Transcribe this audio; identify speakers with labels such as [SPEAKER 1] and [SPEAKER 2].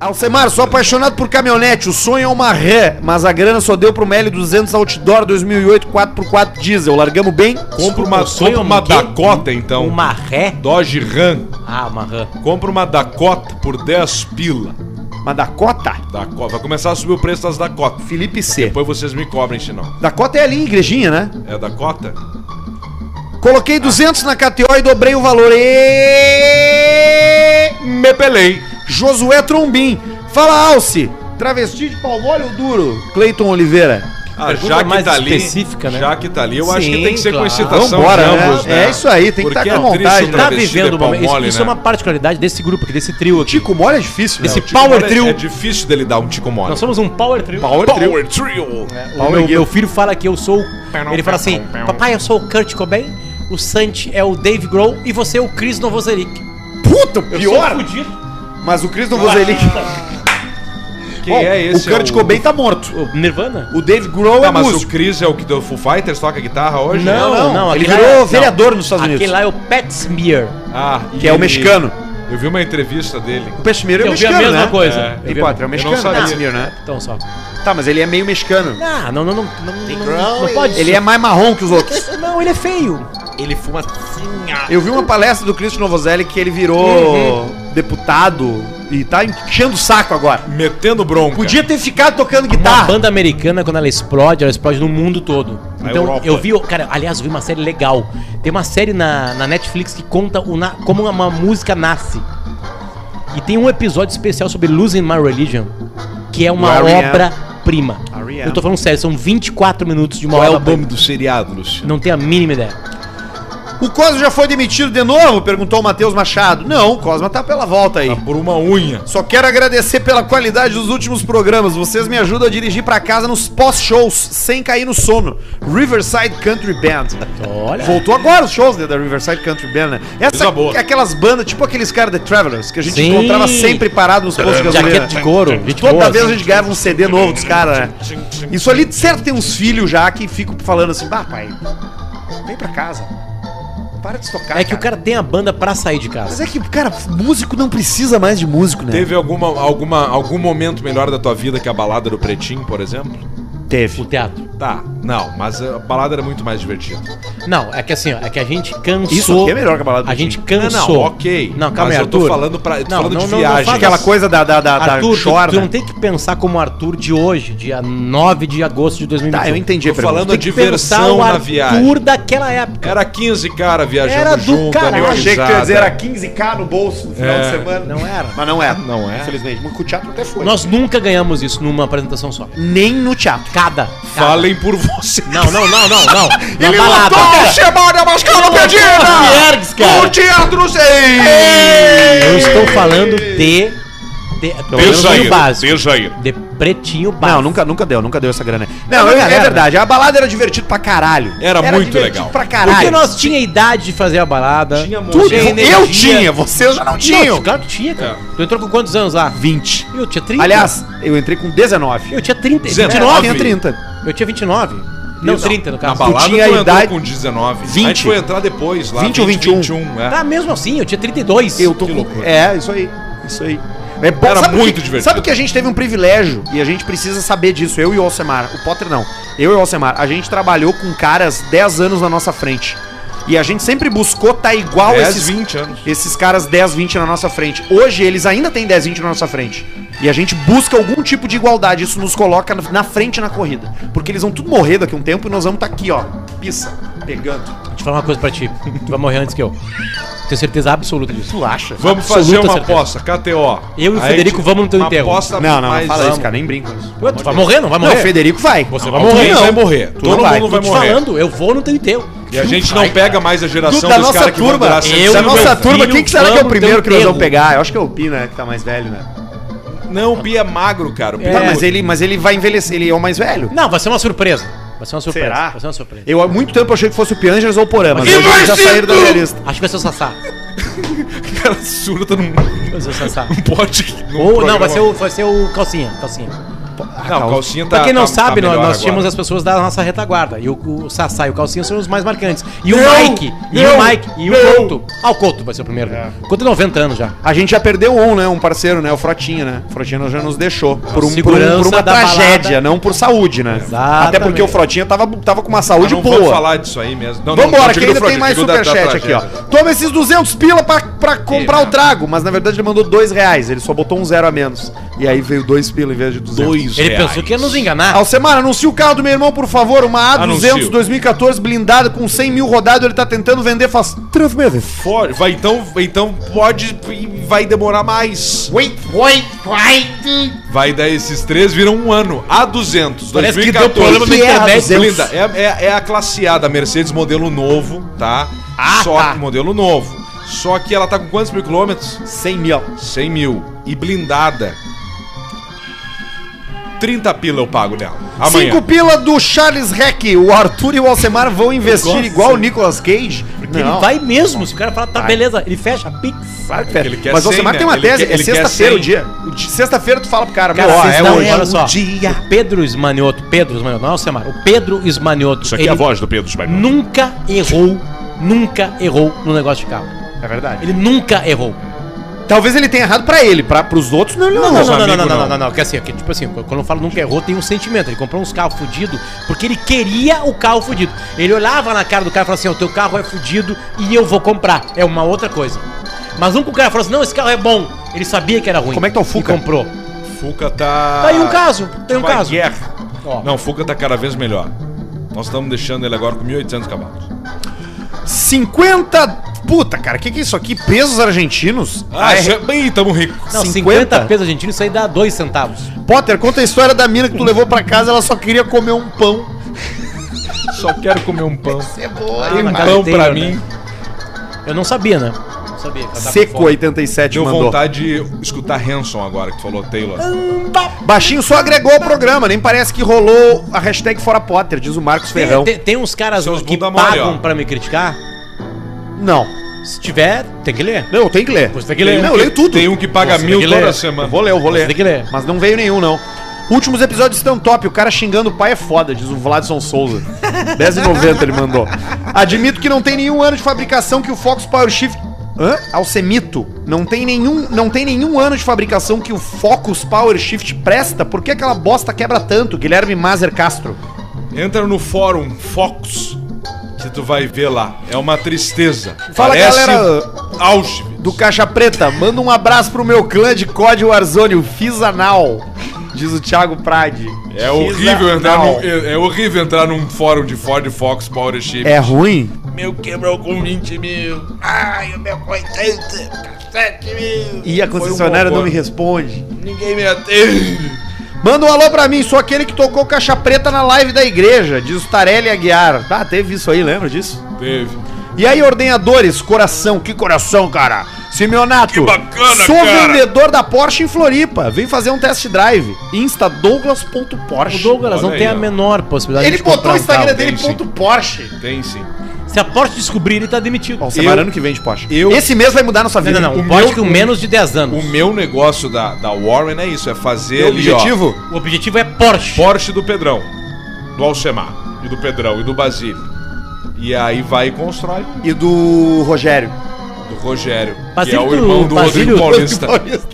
[SPEAKER 1] Alcemar, sou apaixonado por caminhonete, o sonho é uma rã, mas a grana só deu pro Meli 200 Outdoor 2008 4x4 diesel. Largamos bem?
[SPEAKER 2] Compra uma, compra
[SPEAKER 3] Desculpa,
[SPEAKER 2] uma
[SPEAKER 3] sonho é um quê?
[SPEAKER 2] Dakota, então.
[SPEAKER 3] Uma ré?
[SPEAKER 2] Dodge Ram.
[SPEAKER 3] Ah, uma rã.
[SPEAKER 2] Compra uma Dakota por 10 pila.
[SPEAKER 1] Mas Dakota?
[SPEAKER 2] Dakota. Vai começar a subir o preço das Dakota.
[SPEAKER 1] Felipe C.
[SPEAKER 2] Depois vocês me cobrem, senão.
[SPEAKER 1] Dakota é ali, em igrejinha, né?
[SPEAKER 2] É Dakota?
[SPEAKER 1] Coloquei 200 na KTO e dobrei o valor. E...
[SPEAKER 2] Me pelei.
[SPEAKER 1] Josué Trombim. Fala, Alce. Travesti de pau mole ou duro? Cleiton Oliveira.
[SPEAKER 2] Ah,
[SPEAKER 3] Pergunta
[SPEAKER 2] já que
[SPEAKER 3] mais
[SPEAKER 2] tá ali.
[SPEAKER 3] específica, né?
[SPEAKER 2] Já que tá ali, eu acho
[SPEAKER 3] Sim,
[SPEAKER 2] que tem que ser
[SPEAKER 3] claro.
[SPEAKER 2] com excitação
[SPEAKER 1] Vambora,
[SPEAKER 2] de
[SPEAKER 1] né?
[SPEAKER 2] ambos, né?
[SPEAKER 1] É isso aí, tem que
[SPEAKER 2] Porque
[SPEAKER 1] estar
[SPEAKER 2] é
[SPEAKER 1] com
[SPEAKER 2] triste
[SPEAKER 1] vontade.
[SPEAKER 2] o
[SPEAKER 1] né?
[SPEAKER 3] Tá
[SPEAKER 2] travesti de
[SPEAKER 3] vivendo o
[SPEAKER 2] pau
[SPEAKER 3] momento. Isso,
[SPEAKER 2] mole,
[SPEAKER 3] isso
[SPEAKER 2] né?
[SPEAKER 3] é uma particularidade desse grupo aqui, desse trio aqui.
[SPEAKER 1] Tico mole é difícil, né?
[SPEAKER 3] Esse
[SPEAKER 1] Esse
[SPEAKER 2] Tico
[SPEAKER 3] power
[SPEAKER 2] mole
[SPEAKER 3] trio.
[SPEAKER 2] É difícil de lidar um tico mole. É.
[SPEAKER 3] Nós somos um power trio.
[SPEAKER 2] Power, power trio.
[SPEAKER 3] O meu, meu filho fala que eu sou. o- Ele fala assim: Papai, eu sou o Kurt Cobain, o Santi é o Dave Grohl e você é o Chris Novoselic.
[SPEAKER 1] puta, o
[SPEAKER 3] Eu
[SPEAKER 1] pior.
[SPEAKER 3] sou fudido.
[SPEAKER 1] Mas o Chris Novoselic...
[SPEAKER 2] Quem
[SPEAKER 1] Bom,
[SPEAKER 2] é esse?
[SPEAKER 1] O Kurt
[SPEAKER 2] é
[SPEAKER 1] Cobain tá morto.
[SPEAKER 3] O Nirvana?
[SPEAKER 1] O Dave Grohl é
[SPEAKER 2] Ah, mas o
[SPEAKER 1] músico.
[SPEAKER 2] Chris é o que do Foo Fighters toca guitarra hoje?
[SPEAKER 3] Não, não,
[SPEAKER 1] ele
[SPEAKER 3] aquele
[SPEAKER 1] virou
[SPEAKER 3] lá é- não.
[SPEAKER 1] vereador nos Estados
[SPEAKER 3] Aquele
[SPEAKER 1] Unidos.
[SPEAKER 3] lá é o Pat Smear.
[SPEAKER 2] Ah,
[SPEAKER 1] Que é o mexicano.
[SPEAKER 2] Eu vi uma entrevista dele.
[SPEAKER 1] O Peshmiro é
[SPEAKER 3] Eu vi a
[SPEAKER 1] mexicano,
[SPEAKER 3] mesma
[SPEAKER 1] né?
[SPEAKER 3] coisa.
[SPEAKER 1] É.
[SPEAKER 3] Eu
[SPEAKER 1] Ele
[SPEAKER 3] vi a-
[SPEAKER 1] quatro, é um
[SPEAKER 2] eu não
[SPEAKER 1] mexicano,
[SPEAKER 2] sabia.
[SPEAKER 1] né, Peshmiro, né?
[SPEAKER 3] Então só.
[SPEAKER 1] Tá, mas ele é meio mexicano.
[SPEAKER 3] Ah, não, não, não. Não, não, não, não pode.
[SPEAKER 1] Ele é mais marrom que os outros.
[SPEAKER 3] Não, ele é feio.
[SPEAKER 4] Ele fuma assim, ah.
[SPEAKER 1] Eu vi uma palestra do Cristo Novoselli que ele virou deputado e tá enchendo o saco agora.
[SPEAKER 2] Metendo bronca.
[SPEAKER 1] Podia ter ficado tocando
[SPEAKER 3] Uma
[SPEAKER 1] guitarra.
[SPEAKER 3] banda americana, quando ela explode, ela explode no mundo todo.
[SPEAKER 2] Na
[SPEAKER 3] Então,
[SPEAKER 2] Europa.
[SPEAKER 3] eu vi, cara, aliás, eu vi uma série legal. Tem uma série na, na Netflix que conta o na- como uma música nasce. E tem um episódio especial sobre Losing My Religion, que é uma
[SPEAKER 1] Do R.E.M..
[SPEAKER 3] obra-prima.
[SPEAKER 1] R.E.M..
[SPEAKER 3] Eu tô falando sério, são 24 minutos de uma
[SPEAKER 2] Qual é o
[SPEAKER 3] obra-prima.
[SPEAKER 2] nome do seriado, Luciano?
[SPEAKER 3] Não tenho a mínima ideia.
[SPEAKER 1] O Cosma já foi demitido de novo? Perguntou o Matheus Machado. Não, o Cosma tá pela volta aí.
[SPEAKER 2] Ah, Por uma unha.
[SPEAKER 1] Só quero agradecer pela qualidade dos últimos programas. Vocês me ajudam a dirigir pra casa nos pós-shows, sem cair no sono. Riverside Country Band.
[SPEAKER 3] Olha.
[SPEAKER 1] Voltou agora os shows né, da Riverside Country Band, né? Essa,
[SPEAKER 2] Coisa boa.
[SPEAKER 1] aquelas bandas, tipo aqueles caras The Travelers, que a gente
[SPEAKER 3] Sim.
[SPEAKER 1] encontrava sempre parado nos postos de gasolina.
[SPEAKER 3] Jaqueta de couro. Gente
[SPEAKER 1] Toda
[SPEAKER 3] boa,
[SPEAKER 1] vez a
[SPEAKER 3] assim.
[SPEAKER 1] gente ganhava um CD novo dos caras, né? Isso ali, de certo, tem uns filhos já que ficam falando assim, bah, pai, vem pra casa. Para de tocar,
[SPEAKER 3] É que o cara tem a banda pra sair de casa.
[SPEAKER 1] Mas é que, cara, músico não precisa mais de músico, né?
[SPEAKER 2] Teve alguma, alguma, algum momento melhor da tua vida que a balada do Pretinho, por exemplo?
[SPEAKER 3] O
[SPEAKER 1] Teve.
[SPEAKER 3] teatro.
[SPEAKER 2] Tá, não, mas a balada era muito mais divertida.
[SPEAKER 3] Não, é que assim, ó, é que a gente cansou.
[SPEAKER 1] Isso aqui é melhor que a balada do
[SPEAKER 3] A gente
[SPEAKER 2] Não,
[SPEAKER 3] cansou.
[SPEAKER 2] não, ok.
[SPEAKER 3] Não, calma
[SPEAKER 2] mas
[SPEAKER 3] aí,
[SPEAKER 2] eu tô
[SPEAKER 3] Arthur.
[SPEAKER 2] falando, pra, eu tô
[SPEAKER 3] Não,
[SPEAKER 2] falando
[SPEAKER 3] não,
[SPEAKER 2] de
[SPEAKER 3] não, não
[SPEAKER 2] viagem.
[SPEAKER 3] fala
[SPEAKER 1] Aquela coisa da, da, da, da
[SPEAKER 3] Ah, Arthur, tu-
[SPEAKER 1] chorna.
[SPEAKER 3] tu não tem que pensar como Arthur de hoje, dia 9 de agosto de 2021.
[SPEAKER 1] Tá, eu entendi a
[SPEAKER 2] Tô falando
[SPEAKER 1] pergunta.
[SPEAKER 3] Tem que
[SPEAKER 2] Diversão
[SPEAKER 3] pensar o
[SPEAKER 2] na
[SPEAKER 3] Arthur
[SPEAKER 2] viagem.
[SPEAKER 3] daquela época.
[SPEAKER 2] Era 15 cara viajando
[SPEAKER 3] Era do
[SPEAKER 2] junto,
[SPEAKER 3] caralho.
[SPEAKER 2] dando
[SPEAKER 1] Eu achei que tu ia
[SPEAKER 2] risada.
[SPEAKER 1] dizer era 15k no bolso no final
[SPEAKER 2] É.
[SPEAKER 1] de semana.
[SPEAKER 3] Não era.
[SPEAKER 1] Mas não é.
[SPEAKER 2] Não é.
[SPEAKER 1] Infelizmente. Mas com o teatro até foi.
[SPEAKER 3] Nós nunca ganhamos isso numa apresentação só.
[SPEAKER 1] Nem no teatro.
[SPEAKER 3] Cada. cada.
[SPEAKER 2] Falem por você.
[SPEAKER 3] Não, não, não, não, não. Na
[SPEAKER 2] Ele
[SPEAKER 3] balada.
[SPEAKER 2] lotou a semana, mas calma, pedida!
[SPEAKER 3] Fiergs, cara.
[SPEAKER 2] O teatro sei!
[SPEAKER 3] Eu estou falando de. de pelo menos no básico.
[SPEAKER 2] aí.
[SPEAKER 3] De pretinho básico.
[SPEAKER 1] Não, nunca, nunca deu, nunca deu essa grana. aí. Não,
[SPEAKER 3] Não,
[SPEAKER 1] eu- é
[SPEAKER 3] galera.
[SPEAKER 1] verdade. A balada era divertido pra caralho.
[SPEAKER 2] Era muito
[SPEAKER 1] divertido
[SPEAKER 2] legal.
[SPEAKER 1] pra
[SPEAKER 3] Porque
[SPEAKER 1] caralho.
[SPEAKER 3] nós tinha idade de fazer a balada.
[SPEAKER 2] Tinha
[SPEAKER 1] Tudo.
[SPEAKER 2] Tinha
[SPEAKER 1] eu tinha, vocês já não tinham.
[SPEAKER 3] Não, claro que tinha, cara. Tu entrou com quantos anos lá?
[SPEAKER 1] 20.
[SPEAKER 3] Eu tinha 30.
[SPEAKER 1] Aliás, eu entrei com 19.
[SPEAKER 3] eu tinha 30.
[SPEAKER 2] 19.
[SPEAKER 3] 29.
[SPEAKER 1] Eu tinha 30.
[SPEAKER 3] Eu tinha 29. Não, 30 no
[SPEAKER 2] Na
[SPEAKER 3] caso.
[SPEAKER 2] balada
[SPEAKER 1] tinha
[SPEAKER 2] entrou
[SPEAKER 1] idade-
[SPEAKER 2] com 19.
[SPEAKER 1] 20.
[SPEAKER 2] A gente foi entrar depois, lá
[SPEAKER 1] 20 ou 21.
[SPEAKER 2] é.
[SPEAKER 3] Tá, mesmo assim, eu tinha 32.
[SPEAKER 1] Eu tô
[SPEAKER 2] Que
[SPEAKER 1] com...
[SPEAKER 2] loucura.
[SPEAKER 1] É, isso aí. Isso aí. É bom,
[SPEAKER 2] Era
[SPEAKER 1] sabe o
[SPEAKER 2] muito
[SPEAKER 1] que-
[SPEAKER 2] divertido.
[SPEAKER 1] Sabe que a gente teve um privilégio e a gente precisa saber disso, eu e o Alcemar. O Potter não. Eu e o Alcemar. A gente trabalhou com caras 10 anos na nossa frente. E a gente sempre buscou tá igual
[SPEAKER 2] 10,
[SPEAKER 1] esses
[SPEAKER 2] 20 anos.
[SPEAKER 1] esses caras 10, 20 na nossa frente. Hoje eles ainda têm 10, 20 na nossa frente. E a gente busca algum tipo de igualdade. Isso nos coloca na frente na corrida. Porque eles vão tudo morrer daqui a um tempo e nós vamos estar aqui, ó. Pissa, pegando.
[SPEAKER 3] Deixa eu falar uma coisa pra ti. Tu vai morrer antes que eu. Tenho certeza absoluta disso.
[SPEAKER 1] Tu acha?
[SPEAKER 2] Vamos
[SPEAKER 3] Absoluta
[SPEAKER 2] fazer uma
[SPEAKER 3] certeza.
[SPEAKER 2] aposta, KTO.
[SPEAKER 3] Eu e o
[SPEAKER 2] Aí
[SPEAKER 3] Federico
[SPEAKER 2] gente-
[SPEAKER 3] vamos no teu
[SPEAKER 2] uma
[SPEAKER 3] enterro.
[SPEAKER 2] Aposta
[SPEAKER 1] Não, não, não
[SPEAKER 2] mais
[SPEAKER 1] fala isso,
[SPEAKER 2] ampla.
[SPEAKER 1] cara. Nem brinca com isso.
[SPEAKER 3] Ué, tu vai morrer, não vai
[SPEAKER 1] Não, o
[SPEAKER 3] morrer?
[SPEAKER 1] Federico vai.
[SPEAKER 2] Você
[SPEAKER 1] Não,
[SPEAKER 2] vai
[SPEAKER 3] vai
[SPEAKER 2] morrer,
[SPEAKER 3] morrer,
[SPEAKER 2] vai
[SPEAKER 3] não.
[SPEAKER 2] morrer.
[SPEAKER 1] não
[SPEAKER 2] Todo
[SPEAKER 1] vai.
[SPEAKER 2] mundo vai
[SPEAKER 3] Tô te
[SPEAKER 2] morrer.
[SPEAKER 3] falando, eu vou no teu enterro.
[SPEAKER 2] E a gente não
[SPEAKER 3] Vai,
[SPEAKER 2] pega mais a geração
[SPEAKER 1] da
[SPEAKER 2] dos
[SPEAKER 1] nossa
[SPEAKER 2] caras que vão
[SPEAKER 1] turma.
[SPEAKER 2] durar sempre.
[SPEAKER 3] Eu
[SPEAKER 1] da
[SPEAKER 3] e meu
[SPEAKER 1] nossa turma,
[SPEAKER 3] filho
[SPEAKER 1] quem que será que é o
[SPEAKER 3] vamos
[SPEAKER 1] primeiro
[SPEAKER 3] ter
[SPEAKER 1] que
[SPEAKER 3] um
[SPEAKER 1] nós vamos
[SPEAKER 3] pego.
[SPEAKER 1] pegar? Eu acho que é o Pi, né? Que tá mais velho, né?
[SPEAKER 2] Não, o Pi é magro, cara. O Pi
[SPEAKER 3] É.
[SPEAKER 2] é,
[SPEAKER 1] Tá,
[SPEAKER 2] magro.
[SPEAKER 1] mas ele, mas ele vai envelhecer, ele é o mais velho.
[SPEAKER 3] Não, vai ser uma surpresa. Vai ser uma surpresa.
[SPEAKER 1] Será?
[SPEAKER 3] Vai ser uma surpresa.
[SPEAKER 1] Eu há muito tempo achei que fosse o Piangers ou o Porã, mas
[SPEAKER 3] E
[SPEAKER 1] hoje eles
[SPEAKER 2] vai
[SPEAKER 1] já
[SPEAKER 2] ser
[SPEAKER 1] saíram da
[SPEAKER 2] tu!
[SPEAKER 1] minha lista.
[SPEAKER 3] Acho que vai ser o Sassá.
[SPEAKER 2] cara surta num
[SPEAKER 3] Vai ser o Sassá.
[SPEAKER 2] num pote. num
[SPEAKER 3] Ou, não,
[SPEAKER 2] programa.
[SPEAKER 3] vai ser, o, vai ser o Calcinha. Calcinha.
[SPEAKER 1] A
[SPEAKER 2] Não,
[SPEAKER 1] calça-
[SPEAKER 2] calcinha tá.
[SPEAKER 3] pra quem não
[SPEAKER 2] tá- tá
[SPEAKER 3] sabe, nós,
[SPEAKER 2] melhor
[SPEAKER 3] nós
[SPEAKER 2] agora.
[SPEAKER 3] tínhamos as pessoas da nossa retaguarda. E o, o Sassá e o Calcinha são os mais marcantes. E
[SPEAKER 1] Não!
[SPEAKER 3] o Mike, e
[SPEAKER 1] Não!
[SPEAKER 3] o Mike, e
[SPEAKER 1] Não!
[SPEAKER 3] o Couto. Ah, o Couto vai ser o primeiro.
[SPEAKER 2] É.
[SPEAKER 3] Couto tem 90 anos já.
[SPEAKER 1] A gente já perdeu um, né? Um parceiro, né? O Frotinha, né? O Frotinha já nos deixou. Por, um, por, um- por
[SPEAKER 3] segurança
[SPEAKER 1] uma
[SPEAKER 3] da
[SPEAKER 1] tragédia,
[SPEAKER 3] balada.
[SPEAKER 1] não por saúde, né?
[SPEAKER 3] Exatamente.
[SPEAKER 1] Até porque o Frotinha tava, tava com uma
[SPEAKER 2] Mas
[SPEAKER 1] saúde
[SPEAKER 2] não vamos
[SPEAKER 1] boa.
[SPEAKER 2] falar disso aí mesmo. Não, não, não
[SPEAKER 1] Vambora, que
[SPEAKER 2] digo do
[SPEAKER 1] ainda
[SPEAKER 2] Frota,
[SPEAKER 1] tem mais
[SPEAKER 2] digo da- da
[SPEAKER 1] superchat aqui, ó.
[SPEAKER 2] tragédia.
[SPEAKER 1] Toma esses 200 pila pra, pra comprar
[SPEAKER 2] Ih,
[SPEAKER 1] o trago. Mas na verdade ele mandou dois reais, ele só botou um zero a menos. E aí veio dois pila em vez de 200.
[SPEAKER 2] Dois
[SPEAKER 3] Ele
[SPEAKER 2] reais.
[SPEAKER 3] pensou que ia nos enganar.
[SPEAKER 1] Alcemar, anuncia o carro do meu irmão, por favor. Uma A200
[SPEAKER 2] Anuncio.
[SPEAKER 1] 2014 blindada com 100 mil rodado. Ele tá tentando vender faz três meses.
[SPEAKER 2] Fora. Vai, então, então pode. Vai demorar mais.
[SPEAKER 1] Wait,
[SPEAKER 4] Oi, vai.
[SPEAKER 2] Vai dar esses três, viram um ano. A 200,
[SPEAKER 3] Parece que
[SPEAKER 2] 2014.
[SPEAKER 3] deu problema na
[SPEAKER 2] Que é
[SPEAKER 1] internet.
[SPEAKER 2] a 200? Linda, é, é- é a classe A da Mercedes, modelo novo, tá?
[SPEAKER 1] Ah,
[SPEAKER 2] Só
[SPEAKER 1] tá.
[SPEAKER 2] que modelo novo. Só que ela tá com quantos mil quilômetros?
[SPEAKER 1] 100 mil.
[SPEAKER 2] 100 mil. E blindada. 30 pila eu pago nela. Amanhã.
[SPEAKER 1] Cinco pila do Charles Reck. O Arthur e o Alcemar vão investir
[SPEAKER 2] Nossa.
[SPEAKER 1] igual o Nicolas Cage. Porque
[SPEAKER 3] Ele vai mesmo. Se o cara falar, tá, beleza. Ele fecha a Pix.
[SPEAKER 1] Claro que é.
[SPEAKER 2] ele quer
[SPEAKER 1] Mas o
[SPEAKER 2] 100,
[SPEAKER 1] Alcemar
[SPEAKER 2] né?
[SPEAKER 1] tem uma
[SPEAKER 2] Ele
[SPEAKER 1] tese.
[SPEAKER 2] quer-
[SPEAKER 1] é
[SPEAKER 2] ele quer
[SPEAKER 1] sexta-feira o
[SPEAKER 2] 100.
[SPEAKER 1] dia. O di- Sexta-feira tu fala pro cara, meu,
[SPEAKER 3] Cara,
[SPEAKER 1] ó,
[SPEAKER 3] vocês
[SPEAKER 1] é
[SPEAKER 3] não-
[SPEAKER 1] hoje.
[SPEAKER 3] olha só.
[SPEAKER 2] dia.
[SPEAKER 3] O Pedro Esmanioto, Pedro Esmanioto, não é o Semar, o Pedro Esmanioto,
[SPEAKER 2] Isso aqui é a voz do Pedro Espanhol.
[SPEAKER 3] nunca errou, nunca errou no negócio de carro.
[SPEAKER 1] É verdade.
[SPEAKER 3] Ele nunca errou.
[SPEAKER 1] Talvez ele tenha errado pra ele, pra, pros outros não, é
[SPEAKER 3] Não,
[SPEAKER 1] não,
[SPEAKER 3] não,
[SPEAKER 2] Nosso
[SPEAKER 3] não, não, não,
[SPEAKER 2] amigo,
[SPEAKER 3] não, não,
[SPEAKER 2] não.
[SPEAKER 3] não, não, que assim, que, tipo assim, quando eu falo nunca errou, tem um sentimento. Ele comprou uns carros fudidos porque ele queria o carro fudido. Ele olhava na cara do cara e falava assim: o teu carro é fudido e eu vou comprar. É uma outra coisa. Mas nunca o cara falou assim: não, esse carro é bom. Ele sabia que era ruim.
[SPEAKER 1] Como é que tá o Fuca? Ah,
[SPEAKER 3] E comprou.
[SPEAKER 2] Fuca tá.
[SPEAKER 3] Tá aí um caso, tem um
[SPEAKER 2] Vai,
[SPEAKER 3] caso.
[SPEAKER 2] guerra.
[SPEAKER 3] Ó.
[SPEAKER 2] Não, Fuca tá cada vez melhor. Nós estamos deixando ele agora com 1.800 cavalos.
[SPEAKER 1] 50. Puta, cara, o que, que é isso aqui? Pesos argentinos?
[SPEAKER 2] Ah, isso é... Ih, tamo rico.
[SPEAKER 3] Não, 50,
[SPEAKER 1] 50
[SPEAKER 3] pesos argentinos, isso aí dá 2 centavos.
[SPEAKER 1] Potter, conta a história da mina que tu levou pra casa, ela só queria comer um pão.
[SPEAKER 2] Só quero comer um pão.
[SPEAKER 1] Cebola.
[SPEAKER 2] Tem
[SPEAKER 3] na
[SPEAKER 2] um
[SPEAKER 3] casa
[SPEAKER 2] pão
[SPEAKER 3] inteira,
[SPEAKER 2] pra
[SPEAKER 3] né?
[SPEAKER 2] mim.
[SPEAKER 3] Eu não sabia, né? Não sabia. que ela tava com
[SPEAKER 1] Seco
[SPEAKER 3] fome.
[SPEAKER 1] 87
[SPEAKER 2] Deu
[SPEAKER 1] mandou.
[SPEAKER 2] vontade de escutar Hanson agora, que tu falou Taylor.
[SPEAKER 1] Baixinho só agregou o programa, nem parece que rolou a hashtag Fora Potter, diz o Marcos Ferrão.
[SPEAKER 3] Tem, tem- tem uns caras
[SPEAKER 2] Seus
[SPEAKER 3] que
[SPEAKER 2] bunda
[SPEAKER 3] pagam
[SPEAKER 2] mole, ó.
[SPEAKER 3] pra me criticar.
[SPEAKER 1] Não.
[SPEAKER 3] Se tiver, tem que ler.
[SPEAKER 1] Não, tem que ler.
[SPEAKER 3] Você tem que ler.
[SPEAKER 1] Não, eu leio tudo.
[SPEAKER 2] Tem um que paga
[SPEAKER 3] Você
[SPEAKER 2] mil
[SPEAKER 3] tem que
[SPEAKER 2] toda
[SPEAKER 3] ler.
[SPEAKER 1] Eu
[SPEAKER 2] semana.
[SPEAKER 1] vou ler, eu vou
[SPEAKER 3] Você
[SPEAKER 1] ler.
[SPEAKER 3] tem que ler.
[SPEAKER 1] Mas não veio nenhum, não. Últimos episódios estão top. O cara xingando o pai é foda, diz o Vladson Souza. 10,90 ele mandou. Admito que não tem nenhum ano de fabricação que o Fox Power Shift. Hã? Alcemito. Não tem, nenhum, não tem nenhum ano de fabricação que o Focus Power Shift presta. Por que aquela bosta quebra tanto, Guilherme Mazer Castro?
[SPEAKER 2] Entra no fórum Focus, que tu vai ver lá. É uma tristeza.
[SPEAKER 1] Fala,
[SPEAKER 2] Parece
[SPEAKER 1] galera.
[SPEAKER 2] Auschwitz.
[SPEAKER 1] Do Caixa Preta, manda um abraço pro meu clã de COD Warzone, o Fizanal. Diz o Thiago Prade.
[SPEAKER 2] É horrível, entrar
[SPEAKER 1] Fizanal.
[SPEAKER 2] num, é, é horrível entrar num fórum de Ford Fox Power Shift.
[SPEAKER 1] É ruim?
[SPEAKER 4] Meu quebrou com 20 mil. Ai, o meu com 80. 7 mil.
[SPEAKER 1] E a
[SPEAKER 2] Foi um
[SPEAKER 1] concessionária
[SPEAKER 2] bom
[SPEAKER 1] não me
[SPEAKER 2] ano.
[SPEAKER 1] responde.
[SPEAKER 4] Ninguém me atende.
[SPEAKER 1] Manda um alô pra mim, sou aquele que tocou caixa preta na live da igreja, diz o Tarelli Aguiar. Ah, teve isso aí, lembra disso?
[SPEAKER 2] Teve.
[SPEAKER 1] E aí, ordenhadores, coração, que coração, cara. Simeonato,
[SPEAKER 2] Que bacana,
[SPEAKER 1] sou
[SPEAKER 2] cara.
[SPEAKER 1] vendedor da Porsche em Floripa, vem fazer um test drive. Insta douglas.porsche.
[SPEAKER 3] O Douglas
[SPEAKER 2] Olha
[SPEAKER 3] não
[SPEAKER 2] aí,
[SPEAKER 3] tem a
[SPEAKER 2] ó.
[SPEAKER 3] menor possibilidade um
[SPEAKER 1] Ele botou o Instagram
[SPEAKER 2] carro,
[SPEAKER 1] dele,
[SPEAKER 2] tem sim.
[SPEAKER 1] ponto Porsche.
[SPEAKER 2] Tem sim.
[SPEAKER 3] Se a Porsche descobrir, ele tá demitido.
[SPEAKER 1] Ó, o
[SPEAKER 2] Eu-
[SPEAKER 1] Semarano que vende Porsche.
[SPEAKER 2] eu-
[SPEAKER 1] Esse mês vai mudar nossa
[SPEAKER 3] não,
[SPEAKER 1] vida.
[SPEAKER 3] não, não.
[SPEAKER 2] o
[SPEAKER 3] O Porsche
[SPEAKER 2] meu-
[SPEAKER 3] com menos de 10
[SPEAKER 2] O
[SPEAKER 3] anos.
[SPEAKER 2] meu negócio da, da Warren é isso, é fazer
[SPEAKER 1] Meu
[SPEAKER 2] ali, ó,
[SPEAKER 1] objetivo?
[SPEAKER 3] O objetivo é Porsche.
[SPEAKER 2] Porsche do Pedrão, do Alcemar, e do Pedrão, e do Basílio. E aí vai e constrói
[SPEAKER 1] E do Rogério.
[SPEAKER 2] do Rogério, que
[SPEAKER 3] Basílio
[SPEAKER 2] é o
[SPEAKER 3] do-
[SPEAKER 2] irmão do
[SPEAKER 3] Basílio
[SPEAKER 2] Rodrigo
[SPEAKER 3] do-
[SPEAKER 2] Paulista.
[SPEAKER 1] Paulista.